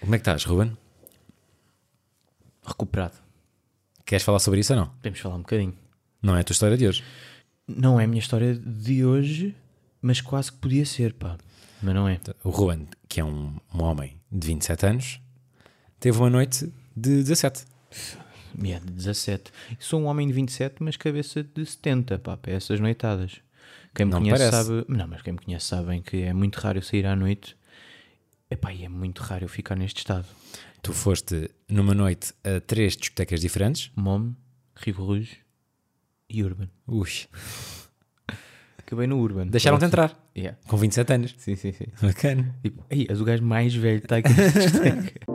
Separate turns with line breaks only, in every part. Como é que estás, Ruben?
Recuperado.
Queres falar sobre isso ou não?
Podemos falar um bocadinho.
Não é a tua história de hoje.
Não é a minha história de hoje, mas quase que podia ser, pá. Mas não é.
O Ruben, que é um, um homem de 27 anos, teve uma noite de 17.
Minha, é de 17. Sou um homem de 27, mas cabeça de 70, pá, para essas noitadas. Quem me
Não me
conhece
parece.
sabe. Não, mas quem me conhece sabe bem que é muito raro eu sair à noite. Epá, e é muito raro eu ficar neste estado.
Tu foste numa noite a três discotecas diferentes.
Mom, Rio Rouge e Urban.
Ui,
Acabei no Urban.
deixaram-te
Parece-
entrar
Yeah.
com 27 anos.
Sim, sim, sim.
Bacana.
Tipo, aí, és o gajo mais velho que está aqui nesta discoteca.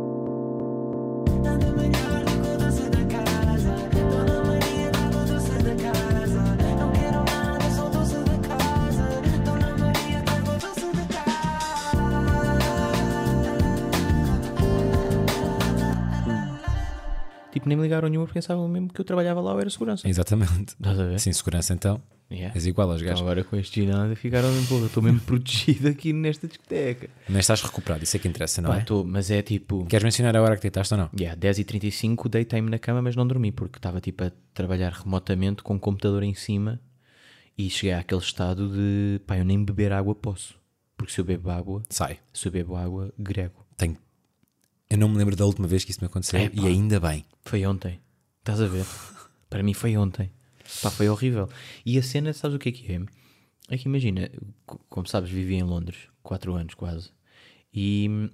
tipo, nem me ligaram nenhuma porque pensavam mesmo que eu trabalhava lá ou era segurança.
Exatamente.
Estás a ver?
Sem segurança, então,
Yeah.
és igual aos
Então
gajos.
agora com este ginásio ficaram mesmo, porra, estou mesmo protegido aqui nesta discoteca.
Mas estás recuperado, isso é que interessa, não
Pá,
é?
estou, mas é tipo,
Queres mencionar a hora que deitaste ou não?
yeah, 10h35 deitei-me na cama, mas não dormi, porque estava tipo a trabalhar remotamente com o computador em cima e cheguei àquele estado de, pá, eu nem beber água posso, porque se eu bebo água,
Sai.
se eu bebo água, grego.
Tenho... Eu não me lembro da última vez que isso me aconteceu
Epá.
e ainda bem.
Foi ontem, estás a ver? Para mim foi ontem. Pá, foi horrível. E a cena, sabes o que é que é? É que imagina, co- como sabes, vivi em Londres, 4 anos quase, e,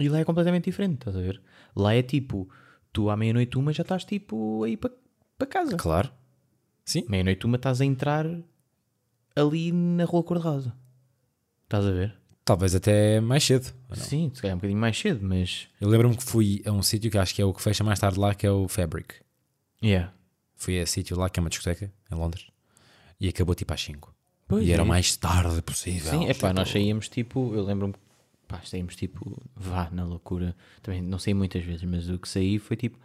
e lá é completamente diferente, estás a ver? Lá é tipo, tu à meia-noite uma já estás tipo aí para para casa.
Claro. Sim.
Meia-noite uma estás a entrar ali na Rua Cor-de-Rosa. Estás a ver?
Talvez até mais cedo.
Sim, se calhar um bocadinho mais cedo, mas.
Eu lembro-me que fui a um sítio que acho que é o que fecha mais tarde lá, que é o Fabric.
Yeah.
Fui a esse sítio lá, que é uma discoteca, em Londres, e acabou tipo às 5.
Pois
e era
é.
o mais tarde possível.
Sim, é pá, nós saímos tipo, eu lembro-me, pá, saímos tipo, vá na loucura, também não saí muitas vezes, mas o que saí foi tipo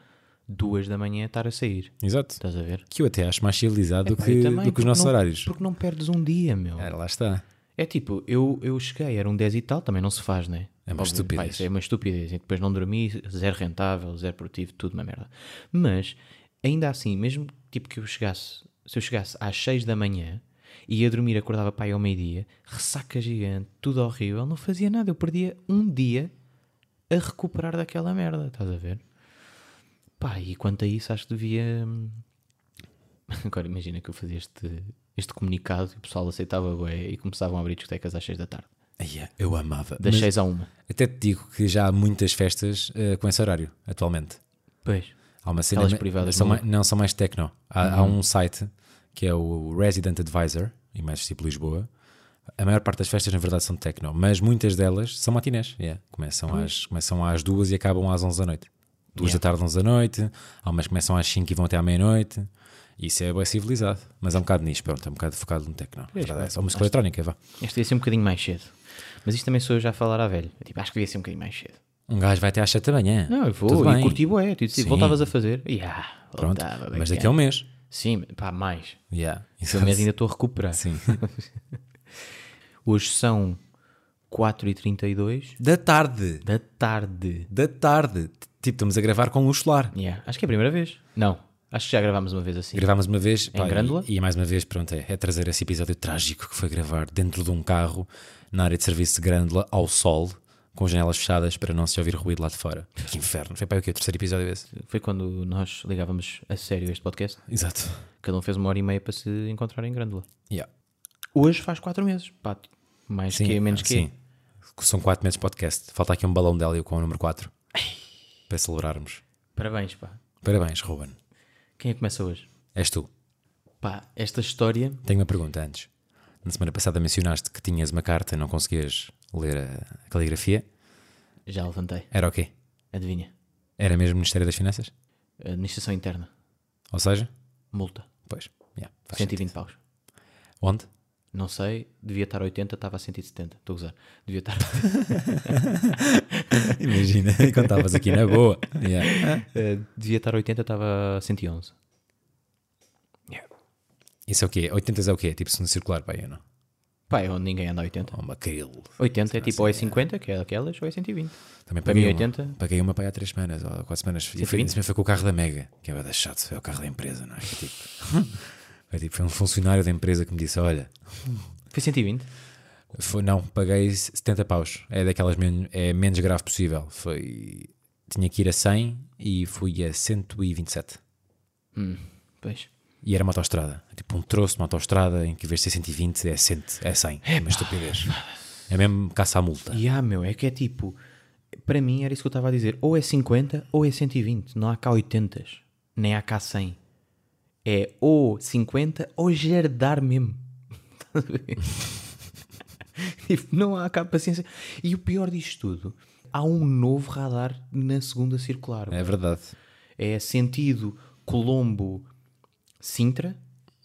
duas da manhã estar a sair,
Exato.
estás a ver?
Que eu até acho mais civilizado do,
É Pá,
que,
eu também,
do que
porque
os nossos
não-
horários.
Porque não perdes um dia, meu.
Era, lá está.
É tipo, eu, eu cheguei, era um 10 e tal, também não se faz, né?
É uma
Óbvio,
estupidez.
pá, isso é uma estupidez. E depois não dormi, zero rentável, zero produtivo, tudo uma merda. Mas, ainda assim, mesmo tipo que eu chegasse, se eu chegasse às 6 da manhã e ia dormir, acordava para aí ao meio-dia, ressaca gigante, tudo horrível, não fazia nada. Eu perdia um dia a recuperar daquela merda, estás a ver? Pá, e quanto a isso, acho que devia. hum, Agora imagina que eu fazia este, este comunicado e o pessoal aceitava bué e começavam a abrir discotecas às 6 da tarde.
Ai, eu amava.
Das
Mas
6 à 1.
até te digo que já há muitas festas eh, com esse horário, atualmente.
Pois.
Há uma cena.
Aquelas privadas Uhum.
são
não-
mais- não, são mais tecno. Há, há um site que é o Resident Advisor, em Manchester tipo Lisboa. A maior parte das festas, na verdade, são tecno, mas muitas delas são matinés. yeah. Começam,
Uhum.
às, começam às duas e acabam às onze da noite. Duas da tarde, onze da noite. Há umas que começam às cinco e vão até à meia-noite. Isso é bem civilizado, mas é um bocado nisso, pronto, é um bocado focado no tecno. a verdade é essa. Ou música eletrónica, vá.
Este devia ser um bocadinho mais cedo. Mas isto também sou eu já a falar à velha. Eu, Tipo, acho que devia ser um bocadinho mais cedo.
Um gajo vai até às sete da manhã.
Não, eu
Tudo
vou,
bem.
e curti bué. Tipo,
Sim.
voltavas a fazer. Yeah,
Pronto,
ah, voltava,
mas
bacana.
daqui a um mês.
Sim, pá, mais.
Yeah. Isso
Pelo menos ainda estou a recuperar.
Sim.
Hoje são 4h32
da tarde.
da tarde.
da tarde. Tipo, estamos a gravar com luz solar.
Yeah, acho que é a primeira vez. Não, acho que já gravámos uma vez assim.
Gravámos uma vez pá, e-
Grândola?
E, mais uma vez, pronto, é, é trazer esse episódio trágico que foi gravar dentro de um carro na área de serviço de Grândola ao sol, com janelas fechadas para não se ouvir ruído lá de fora. Que inferno! Foi para o quê? O terceiro episódio desse?
Foi quando nós ligávamos a sério este podcast.
Exato.
Cada um fez uma hora e meia para se encontrar em Grândola.
Yeah.
Hoje faz quatro meses. Pá, mais que é, menos que é.
sim. São 4 meses de podcast. Falta aqui um balão de hélio com o número 4 para celebrarmos.
Parabéns, pá.
Parabéns, Ruben.
Quem é que começa hoje?
És tu.
Pá, esta história.
Tenho uma pergunta antes. Na semana passada mencionaste que tinhas uma carta e não conseguias ler a- a caligrafia.
Já levantei.
Era o quê?
Adivinha?
Era mesmo Ministério das Finanças?
Administração interna.
Ou seja,
Multa.
pois, yeah, faz
120 paus.
sentido. onde?
Não sei, devia estar a 80, estava a 170. Estou a usar. Devia estar.
Imagina, quando estavas aqui na boa. Yeah.
Eh, devia estar a 80, estava a 111.
Isso é o quê? 80 é o quê? Tipo, segundo circular, pai, eu não.
Pá, é onde ninguém anda a 80.
Ou uma Kril.
80 é tipo
assim?
ou é 50, que é daquelas, ou é 120.
Também
Para
paguei
mim,
uma.
80.
Paguei uma para aí há 3 semanas ou 4 semanas. E foi,
120?
isso mesmo foi com o carro da Mega, que é bada chato, é o carro da empresa, não é? Foi tipo, foi tipo, foi um funcionário da empresa que me disse: Olha,
Foi 120.
foi, não, paguei 70 paus. É daquelas men é menos grave possível. Foi, tinha que ir a 100 e fui a 127.
Hum, pois.
E era uma autostrada. É Tipo um troço de uma autostrada em que em vez de ser 120 é 100. É 100. É uma estupidez. É mesmo caça à multa.
E ah, meu, é que é tipo, para mim era isso que eu estava a dizer, ou é 50 ou é 120, não há cá 80, nem há cá 100. É ou 50 ou jardar mesmo. Estás a ver? tipo, não há cá paciência. E o pior disto tudo, há um novo radar na segunda circular.
É verdade.
É sentido Colombo-Sintra.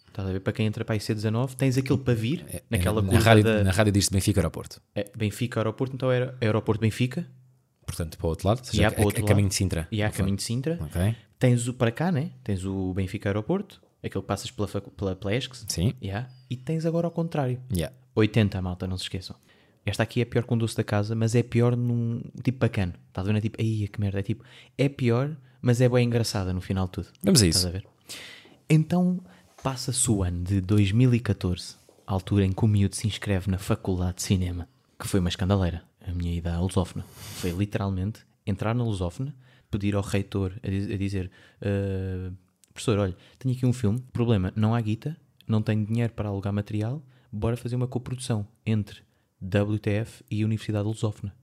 Estás a ver? Para quem entra para a IC19, tens aquele para vir, naquela
É, na, na
curva
rádio,
da
na rádio diz-te Benfica Aeroporto.
é, Benfica Aeroporto, então era Aeroporto Benfica,
Portanto, para o outro lado. ou seja,
E há para o
é-
outro
é
lado.
caminho de Sintra.
e há caminho de Sintra.
Ok?
Tens o para cá, né? Tens o Benfica Aeroporto, aquele que passas pela, facu- pela, pela ESCS.
Sim.
Yeah. E tens agora ao contrário.
Yeah.
80, malta, não se esqueçam. Esta aqui é pior que um doce da casa, mas é pior num tipo bacana. Estás a ver? É tipo, aí que merda. É tipo, é pior, mas é bem engraçada no final de tudo.
Vamos a
Estás
isso.
a ver? Então passa-se o ano de 2014, a altura em que o miúdo se inscreve na Faculdade de Cinema, que foi uma escandaleira, a minha ida à Lusófona. Foi literalmente entrar na Lusófona, pedir ao reitor a, diz- a dizer: "Ah, professor, olha, tenho aqui um filme, problema, não há guita, não tenho dinheiro para alugar material, bora fazer uma coprodução entre WTF e Universidade Lusófona.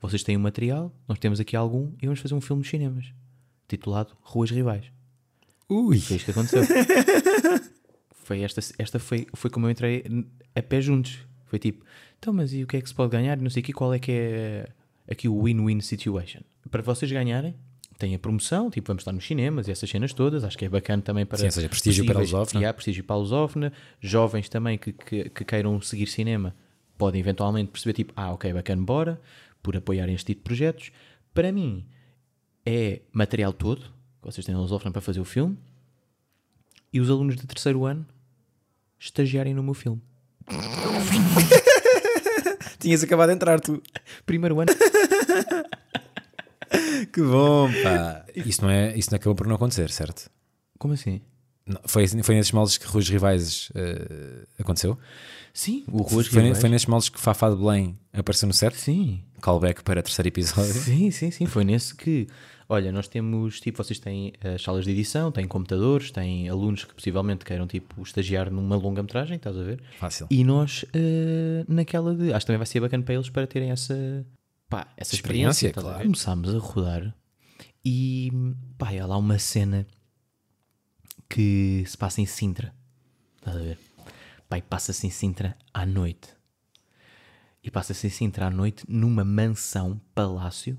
Vocês têm o material, nós temos aqui algum e vamos fazer um filme nos cinemas, titulado Ruas Rivais.
Ui.
Foi isto que aconteceu. foi esta esta foi, foi como eu entrei n- a pé juntos. Foi tipo, então, mas e o que é que se pode ganhar? Não sei aqui qual é que é aqui o win-win situation. Para vocês ganharem, tem a promoção, tipo, vamos estar nos cinemas e essas cenas todas. Acho que é bacana também para.
Sim, ou seja, prestígio para a
possíveis-
lusófona.
E há prestígio para a lusófona. Jovens também que, que, que queiram seguir cinema podem eventualmente perceber, tipo, ah, ok, bacana, bora, por apoiarem este tipo de projetos. Para mim, é material todo que vocês têm na lusófona para fazer o filme e os alunos de terceiro ano estagiarem no meu filme.
Tinhas acabado de entrar tu.
Primeiro ano,
Que bom, pá. Isso não, é, isso não acabou por não acontecer, certo?
como assim?
Não, foi, foi nesses moldes que Ruas Rivais eh, aconteceu?
Sim, o Ruas
foi,
Rivais.
foi nesses moldes que Fafá de Belém apareceu no set?
Sim.
Callback para terceiro episódio.
Sim, sim, sim, foi nesse que, olha, nós temos, tipo, vocês têm as salas de edição, têm computadores, têm alunos que possivelmente queiram, tipo, estagiar numa longa-metragem, estás a ver?
Fácil.
E nós, eh, naquela de, acho que também vai ser bacana para eles para terem essa, pá, essa
Experiência,
experiência, estás a ver?
claro.
Começámos a rodar e, pá, há lá uma cena que se passa em Sintra, estás a ver? Pá, e passa-se em Sintra à noite. E passa-se assim entrar à noite numa mansão palácio,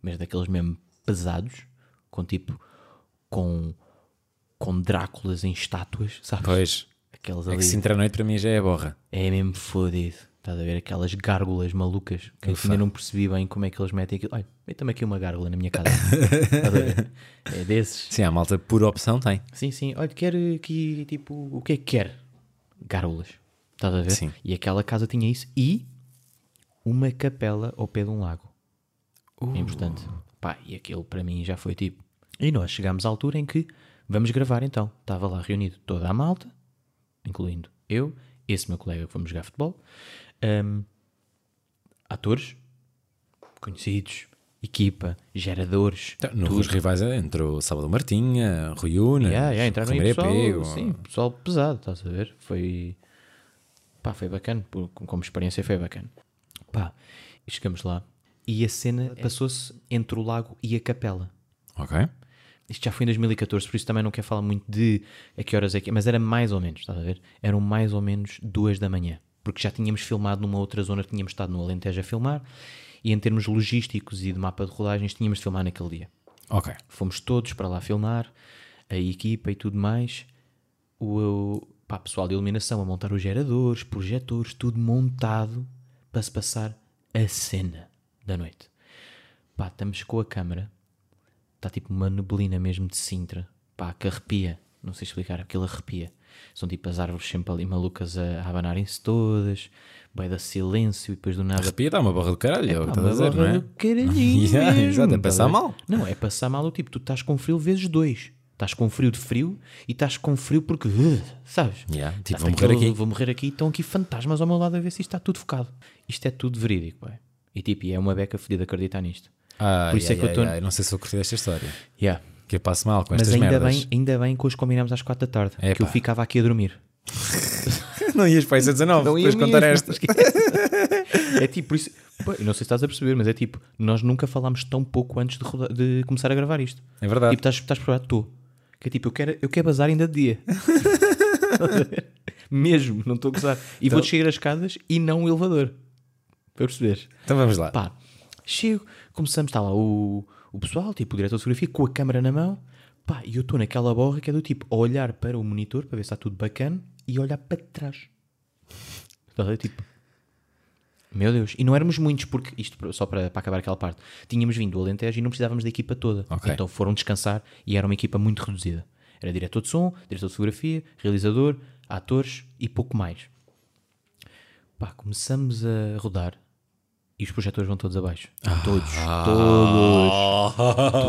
mas daqueles mesmo pesados, com tipo com com Dráculas em estátuas, sabes?
Pois. É
Aquelas ali.
que Sintra à noite para mim já é a borra.
É mesmo fodido. Estás a ver aquelas gárgulas malucas que eu ainda não percebi bem como é que eles metem aquilo. Olha, meta-me aqui uma gárgula na minha casa. Estás a ver? É desses.
Sim, a malta por opção tem.
Sim, sim. Olha, quer aqui, tipo, o que é que quer? Gárgulas. Estás a ver?
Sim.
E aquela casa tinha isso e uma capela ao pé de um lago.
Uh.
É importante. Pá, e aquilo para mim já foi tipo. E nós chegámos à altura em que vamos gravar então. Estava lá reunido toda a malta, incluindo eu, esse meu colega que fomos jogar futebol, ahm, atores, conhecidos, equipa, geradores.
Então, No Ruas Rivais entrou Sábado Martinha, Rui Unas,
Yeah, yeah, entraram aí
Romero
é, pessoal,
Pego.
sim, pessoal pesado, estás a ver? Foi, pá, foi bacana, por- como experiência foi bacana. Pá, e chegamos lá e a cena passou-se entre o lago e a capela.
Ok.
Isto já foi em 2014, por isso também não quero falar muito de a que horas é que é, mas era mais ou menos, estás a ver? Eram mais ou menos duas da manhã, porque já tínhamos filmado numa outra zona, tínhamos estado no Alentejo a filmar, e em termos logísticos e de mapa de rodagens, tínhamos de filmar naquele dia.
Ok.
Fomos todos para lá filmar, a equipa e tudo mais. O, o pá, pessoal de iluminação a montar os geradores, projetores, tudo montado para se passar a cena da noite. Pá, estamos com a câmara, está tipo uma neblina mesmo de Sintra, pá, que arrepia. Não sei explicar, aquilo arrepia. São tipo as árvores sempre ali malucas a, a abanarem-se todas, bué da silêncio e depois do nada.
Arrepia, dá uma barra do caralho, é o que
Pá,
estás a
uma né?
dizer, não
barra
é?
do caralhinho
Yeah,
mesmo,
exato, é
estás
passar
a ver?
mal.
Não, é passar mal o tipo, tu estás com frio vezes dois. Estás com frio de frio e estás com frio porque, uh, sabes?
Yeah, tipo,
Estás
vou morrer
daquele,
aqui.
Vou morrer aqui e estão aqui fantasmas ao meu lado a ver se isto está tudo focado. Isto é tudo verídico, bué. E tipo, e é uma beca fodida acreditar nisto.
Ah,
Por isso é
ai,
que eu
ai,
tô-
ai, Não sei se eu curti desta história.
Yeah.
Que eu passo mal com
Mas
estas
ainda
merdas.
bem, ainda bem que hoje combinámos às quatro da tarde, que eu
Epá.
ficava aqui a dormir.
não ias para isso a 19, depois contar esta.
É tipo, por isso, pô, eu não sei se estás a perceber, mas é tipo, nós nunca falámos tão pouco antes de, roda- de começar a gravar isto.
É verdade.
Tipo, estás, estás por lá, estou. Que é tipo, eu quero, eu quero bazar ainda de dia. Mesmo, não estou a gozar. E vou descer as escadas e não o elevador. Para perceber.
Então vamos lá.
Pá, chego, começamos, está lá o, o pessoal, tipo, o diretor de fotografia, com a câmera na mão, pá, e eu estou naquela borra que é do tipo, a olhar para o monitor para ver se está tudo bacana e olhar para trás. Estás a ver, tipo, meu Deus, e não éramos muitos, porque isto só para, para acabar aquela parte, tínhamos vindo do Alentejo e não precisávamos da equipa toda.
Ok.
Então foram descansar e era uma equipa muito reduzida. Era diretor de som, diretor de fotografia, realizador, atores e pouco mais. Pá, começamos a rodar e os projetores vão todos abaixo. Todos, todos,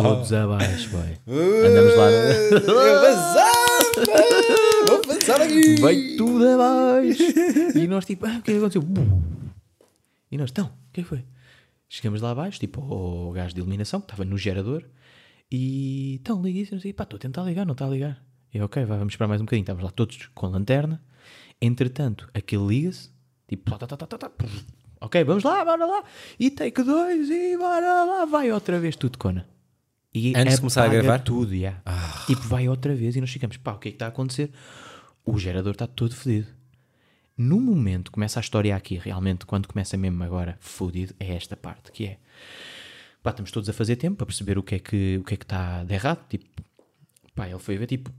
todos abaixo, boy. Andamos lá.
Vou passar aqui.
Vai tudo abaixo. E nós tipo, ah, o que é que aconteceu? Bum. E nós, então, o que é que foi? Chegamos lá abaixo, tipo, ao gajo de iluminação, que estava no gerador, e então liga isso, não sei, pá, estou a tentar ligar, não está a ligar. E eu, ok, vá, vamos esperar mais um bocadinho. Estávamos lá todos com a lanterna. Entretanto, aquele liga-se, tipo, tá, tá, tá, tá, tá, puf. ok, vamos lá, bora lá, e take 2, e bora lá, vai outra vez tudo, Cona. E
Antes de começar a
apaga
gravar? Ah.
tudo, já. Tipo, vai outra vez e nós ficamos, pá, o que é que está a acontecer? O gerador está todo fodido. No momento, começa a história aqui, realmente, quando começa mesmo agora, fodido, é esta parte, que é... Pá, estamos todos a fazer tempo para perceber o que é que, o que, é que está de errado, tipo... Pá, ele foi ver, tipo,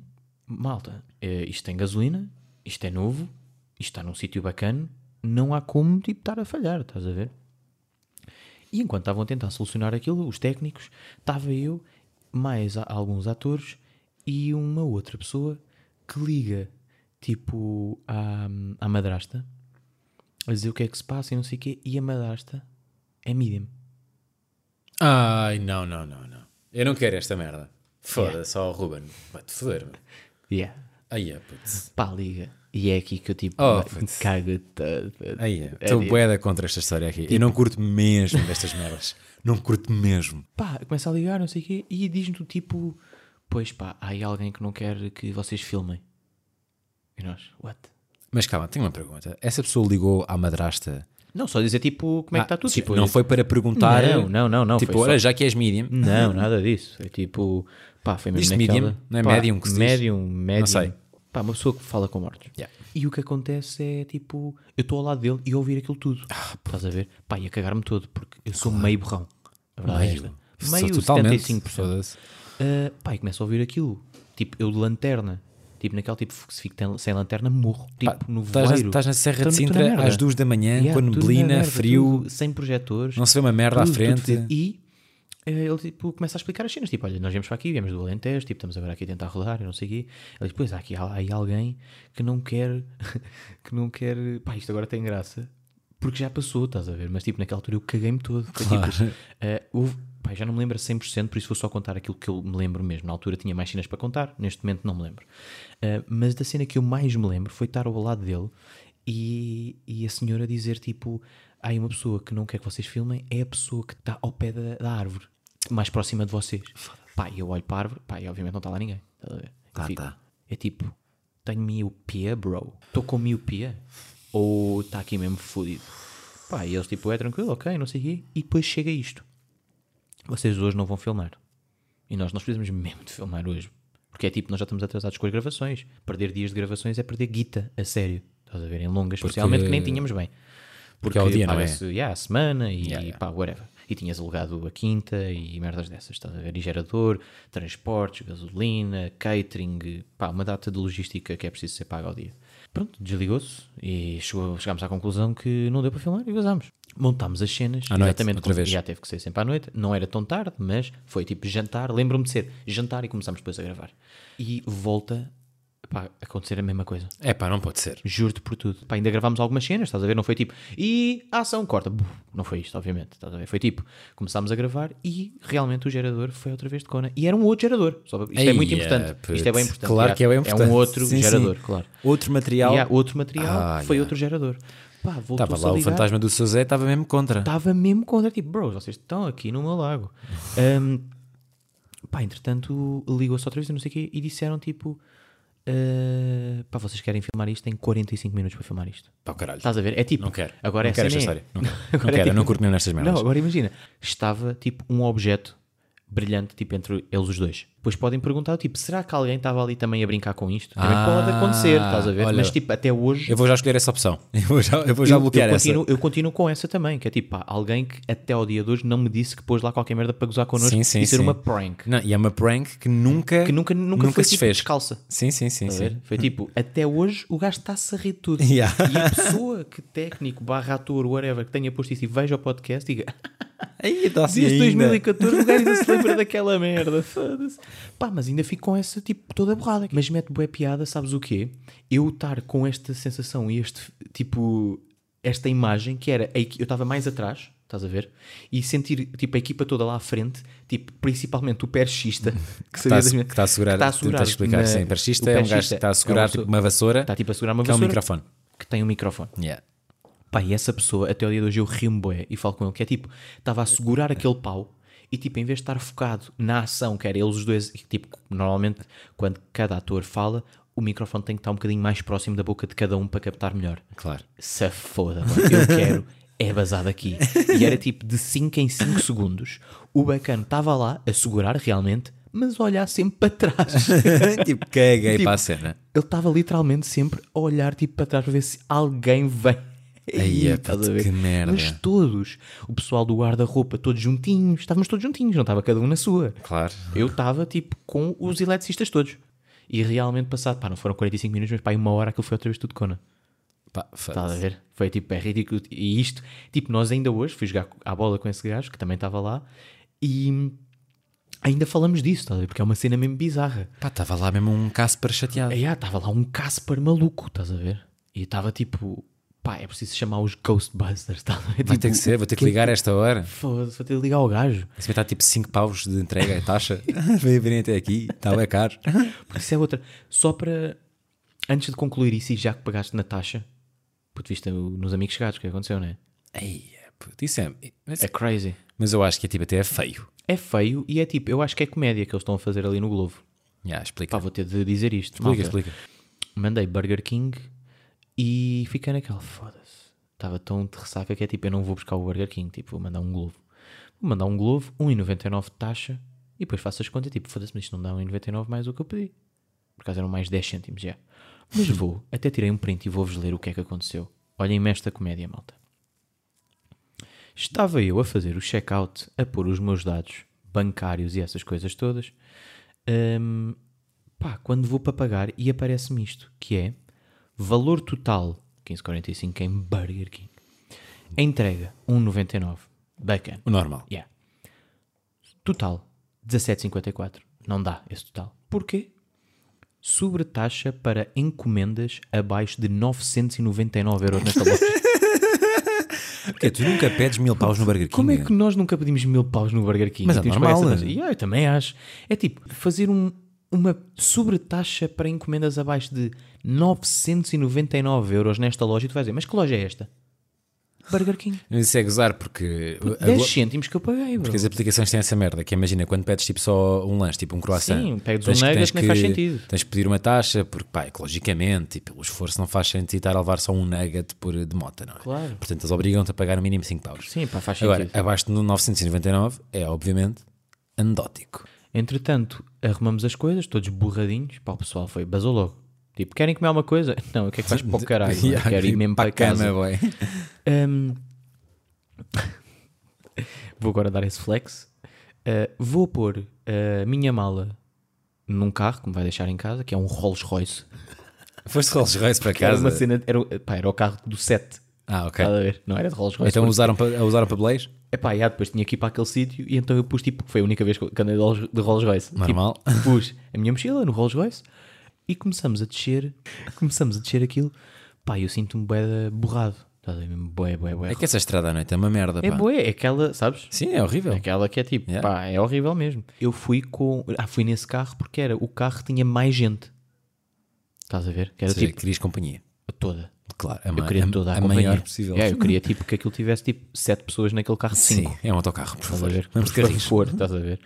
malta, eh, isto tem gasolina, isto é novo, isto está num sítio bacana, não há como, tipo, estar a falhar, estás a ver? E enquanto estavam a tentar solucionar aquilo, os técnicos, estava eu, mais a- alguns atores e uma outra pessoa que liga, tipo, à, à madrasta, a dizer o que é que se passa e não sei o quê, e a madrasta é medium.
Ai, não, não, não, não. Eu não quero esta merda. Foda-se, ó Ruben. Vai-te foder, meu.
Yeah.
Aí é, putz.
Pá, liga. E é aqui que eu, tipo,
Oh,
me
putz.
cago todo. puto.
Aí é. Tipo. Estou boeda contra esta história aqui. Eu não curto mesmo destas merdas. Não curto mesmo.
pá, começa a ligar, não sei o quê, e diz-me do tipo, pois pá, há aí alguém que não quer que vocês filmem. E nós, what?
Mas calma, tenho uma pergunta. Essa pessoa ligou à madrasta.
Não, só dizer tipo, como é que está
Ah,
tudo.
tipo,
Tipo,
não
eu-
foi para perguntar.
Não, não, não, não,
Tipo,
foi só-
olha, já que és medium.
Não, nada disso. É tipo, pá, foi mesmo
Diz-se
naquela...
medium? Não é
pá,
medium que se diz?
Medium, medium.
Não sei.
Pá, uma pessoa que fala com mortos.
Yeah.
E o que acontece é tipo, eu estou ao lado dele e a ouvir aquilo tudo.
Ah,
Estás a ver? Pá, e a cagar-me todo, porque eu sou meio borrão. A verdade é
Meio.
esta. Meio
Sou totalmente.
75%.
Foda-se.
Uh, pá, e começo a ouvir aquilo. Tipo, eu de lanterna. Tipo, naquele tipo, se fico ten- sem lanterna, morro. Tipo,
Pá,
no
estás na-
voeiro.
estás na Serra
Tô-
de
tô na
Sintra
merda.
às duas da manhã, com
tudo na
neblina,
merda,
frio,
tudo sem projetores.
Não se vê uma merda à
tudo, tudo
frente.
fodido. E eh, ele tipo, começa a explicar as cenas. Tipo, olha, nós viemos para aqui, viemos do Alentejo, tipo, estamos agora aqui a tentar rodar e não sei o quê. Ele diz, pois, há aqui há aí alguém que não quer... que não quer... Pá, isto agora tem graça. Porque já passou, estás a ver? Mas tipo, naquela altura eu caguei-me todo. Foi, tipo, eh, houve- pá, já não me lembro a 100%, por isso vou só contar aquilo que eu me lembro mesmo. Na altura tinha mais cenas para contar, neste momento não me lembro. Eh, mas da cena que eu mais me lembro foi estar ao lado dele e, e a senhora dizer tipo, há aí uma pessoa que não quer que vocês filmem, é a pessoa que está ao pé da, da árvore, mais próxima de vocês. Pá, e eu olho para a árvore, pá, e obviamente não está lá ninguém. Estás a ver? Eu
Ah,
fico-
tá.
É tipo, tenho miopia, bro. Estou com miopia? Ou está aqui mesmo fodido? Pá, e eles tipo, é tranquilo, ok, não sei o quê. E depois chega isto. Vocês hoje não vão filmar. E nós, nós precisamos mesmo de filmar hoje. Porque é tipo, nós já estamos atrasados com as gravações. Perder dias de gravações é perder guita, a sério. Estás a ver? Em longas, especialmente que nem tínhamos bem.
Porque ao dia, não é?
paga-se, yeah, a semana e
Yeah, yeah.
pá, whatever. E tinhas alugado a quinta e merdas dessas, estás a ver? E gerador, transportes, gasolina, catering, pá, uma data de logística que é preciso ser paga ao dia. Pronto, desligou-se e chegou- chegámos à conclusão que não deu para filmar e vazámos. Montámos as cenas,
À noite,
exatamente
outra
como-
vez.
já teve que ser sempre à noite, não era tão tarde, mas foi tipo jantar, lembro-me de ser jantar e começámos depois a gravar. E volta pá, acontecer a mesma coisa.
É pá, não pode ser.
Juro-te por tudo. Pá, ainda gravámos algumas cenas, estás a ver? Não foi tipo, e a ação corta. Buf, não foi isto, obviamente. Estás a ver? Foi tipo, começámos a gravar e realmente o gerador foi outra vez de Kona. E era um outro gerador. Só- isto é muito
Eia,
importante. Isto é
putz.
bem importante.
Claro
já.
que é bem importante.
um outro
Sim, sim.
gerador, claro.
Outro material.
E há outro material,
Ah,
foi
yeah.
outro gerador. Pá, voltou
Estava lá o fantasma do seu Zé, estava mesmo contra.
Estava mesmo contra. Tipo, bro, vocês estão aqui no meu lago. Ahm, pá, entretanto, ligou-se outra vez, não sei o quê, e disseram tipo. ah, pá, vocês querem filmar isto? Tem 45 minutos para filmar isto.
Pá, o caralho.
Estás a ver? É tipo.
Não quero.
Agora
não
é
quero
assim,
esta
né?
história. Não quero, não,
Agora é
quero. eu não
tipo-
curto mesmo nestas merdas.
Não, agora imagina. Estava tipo um objeto brilhante, tipo entre eles os dois. Depois podem perguntar, tipo, será que alguém estava ali também a brincar com isto? Também
Ah,
pode acontecer, estás a ver?
olha.
Mas tipo, até hoje.
Eu vou já escolher essa opção. Eu vou já, eu vou já
eu,
bloquear
eu
essa.
continuo, eu continuo com essa também, que é tipo, pá, alguém que até ao dia de hoje não me disse que pôs lá qualquer merda para gozar connosco
Sim, sim,
e ser
sim.
uma prank.
Não, e é uma prank que nunca.
Que nunca, nunca, foi
se
tipo,
fez.
descalça.
Sim, sim, sim.
Estás a
sim.
ver? Foi tipo, até hoje o gajo está-se a rir de tudo.
Yeah.
E a pessoa que técnico, barra ator, whatever, que tenha posto isso e veja o podcast, diga,
Aí, está assim
desde
ainda.
2014 o gajo ainda se lembra daquela merda, foda-se. Pá, mas ainda fico com essa, tipo, toda borrada. Mas mete boa piada, sabes o quê? Eu estar com esta sensação e este, tipo, esta imagem, que era, a equi- eu estava mais atrás, estás a ver? E sentir, tipo, a equipa toda lá à frente, tipo, principalmente o perchista,
Tá
que seria
a-
das
que
minhas-
está a segurar,
que tá
tentar explicar,
na-
sim, persista
o
é um gajo que
perchista
está
é
a
uma
segurar
pessoa-
tipo uma vassoura
Está tipo a segurar uma
que é um
vassoura
microfone.
que tem um microfone.
Yeah.
Pá, e essa pessoa, até o dia de hoje, eu rimo bué e falo com ele, que é tipo, estava a segurar aquele pau e, tipo, em vez de estar focado na ação, que era eles os dois, e, tipo, normalmente, quando cada ator fala, o microfone tem que estar um bocadinho mais próximo da boca de cada um para captar melhor.
Claro.
Se foda, mano. eu quero é basado aqui. E era tipo de 5 em 5 segundos, o bacano estava lá a segurar realmente, mas a olhar sempre para trás.
tipo, caguei
Tipo,
para a cena.
Ele estava literalmente sempre a olhar tipo para trás para ver se alguém vem.
Aí, é,
estás
puto,
a ver?
que merda.
Mas todos, o pessoal do guarda-roupa, todos juntinhos, estávamos todos juntinhos, não estava cada um na sua.
Claro.
Eu estava tipo com os eletricistas todos. E realmente passado, pá, não foram 45 minutos, mas pá, em uma hora aquilo foi outra vez tudo cona.
Pá, fa-
Estás a ver? Foi tipo, é ridículo. E isto, tipo, nós ainda hoje, fui jogar à bola com esse gajo que também estava lá e ainda falamos disso, estás a ver? Porque é uma cena mesmo bizarra.
Pá, estava lá mesmo um Casper chateado.
Aí, ah, estava lá um Casper maluco, estás a ver? E estava tipo, pá, é preciso chamar os Ghostbusters, estás a
Vai
ver? Tipo,
ter que ser, vou ter que ligar a esta hora.
Foda-se, vou ter de ligar ao gajo.
Esse vai estar tipo 5 paus de entrega e taxa. Vem virem até aqui, está bem caro.
Porque isso é outra. Só para. Antes de concluir isso, e já que pagaste na taxa, puto, viste o- nos amigos chegados o que aconteceu, não é?
Ei, é, puto, isso é. Mas,
É crazy.
mas eu acho que é tipo até é feio.
É feio e é tipo, eu acho que é comédia que eles estão a fazer ali no Globo.
Já, explica.
Pá, vou ter de dizer isto.
explica,
malta.
explica.
Mandei Burger King e fiquei naquela, foda-se. Estava tão de ressaca que é tipo, eu não vou buscar o Burger King, tipo, vou mandar um Globo. Vou mandar um Globo, 1,99 de taxa e depois faço as contas, tipo, foda-se, mas isto não dá 1,99 mais o que eu pedi. Por acaso eram mais 10 cêntimos já. Mas vou, até tirei um print e vou-vos ler o que é que aconteceu. Olhem-me esta comédia, malta. Estava eu a fazer o check-out, a pôr os meus dados bancários e essas coisas todas. Ahm, pá, quando vou para pagar e aparece-me isto, que é valor total 15,45 em Burger King. A entrega 1,99. Bacana.
O normal.
Yeah. Total 17,54. Não dá esse total. Porquê? Sobretaxa para encomendas abaixo de 999 euros nesta loja.
Porque tu nunca pedes mil paus no Burger King.
Como é que nós nunca pedimos mil paus no Burger King?
Mas
E
é
temos que pagar
normal,
essa taxa? Yeah, eu também acho. É tipo, fazer um- uma sobretaxa para encomendas abaixo de 999 euros nesta loja e tu vais dizer, mas que loja é esta? Burger King.
Isso é gozar porque. a-
10 cêntimos que eu paguei, bro.
Porque as aplicações têm essa merda, que imagina, quando pedes tipo só um lanche, tipo um croissant.
Sim, pedes
tens
um
que-
nugget,
tens
nem
que-
faz sentido.
Tens que pedir uma taxa, porque pá, ecologicamente e pelo esforço não faz sentido estar a levar só um nugget por, de mota, não é?
Claro.
Portanto, eles obrigam-te a pagar no mínimo 5 paus.
Sim, pá, faz sentido.
Agora, abaixo de 999 é, obviamente, anedótico.
Entretanto, arrumamos as coisas, todos borradinhos. Pá, o pessoal foi, basou logo. Tipo, querem comer alguma coisa? Não, o que é que faz para o caralho? mano?
Yeah, tipo,
Quero ir mesmo para,
a cama,
casa.
boy.
Ahm, vou agora dar esse flex. Ah, vou pôr eh, a minha mala num carro que me vai deixar em casa, que é um Rolls Royce.
Foste Rolls Royce para
Era
casa.
uma cena, era, pá, era o carro do 7.
Ah, ok.
Estás a ver? Não era de Rolls Royce.
Então usaram para, usaram para Blaze?
Epá, já, depois tinha que ir para aquele sítio e então eu pus tipo, foi a única vez que eu que andei de Rolls- de Rolls Royce.
Normal.
Tipo, pus a minha mochila no Rolls Royce E começamos a descer, começamos a descer aquilo. Pá, eu sinto-me bué borrado. Estás a ver? Bué, bué, bué.
É que essa estrada à noite é uma merda,
É
pá.
bué, é aquela, sabes?
Sim, é horrível.
Aquela que é tipo,
Yeah.
pá, é horrível mesmo. Eu fui com. Ah, fui nesse carro porque era o carro que tinha mais gente. Estás a ver? Que era
Ou seja,
tipo
querias companhia.
toda.
Claro, a,
Eu
ma-
queria
a-
toda a,
a
companhia.
maior possível.
Yeah, eu queria tipo que aquilo tivesse tipo sete pessoas naquele carro de
Sim,
cinco.
é um autocarro, por
Estás a
favor.
ver?
Vamos de
Por
carris.
favor, estás a ver?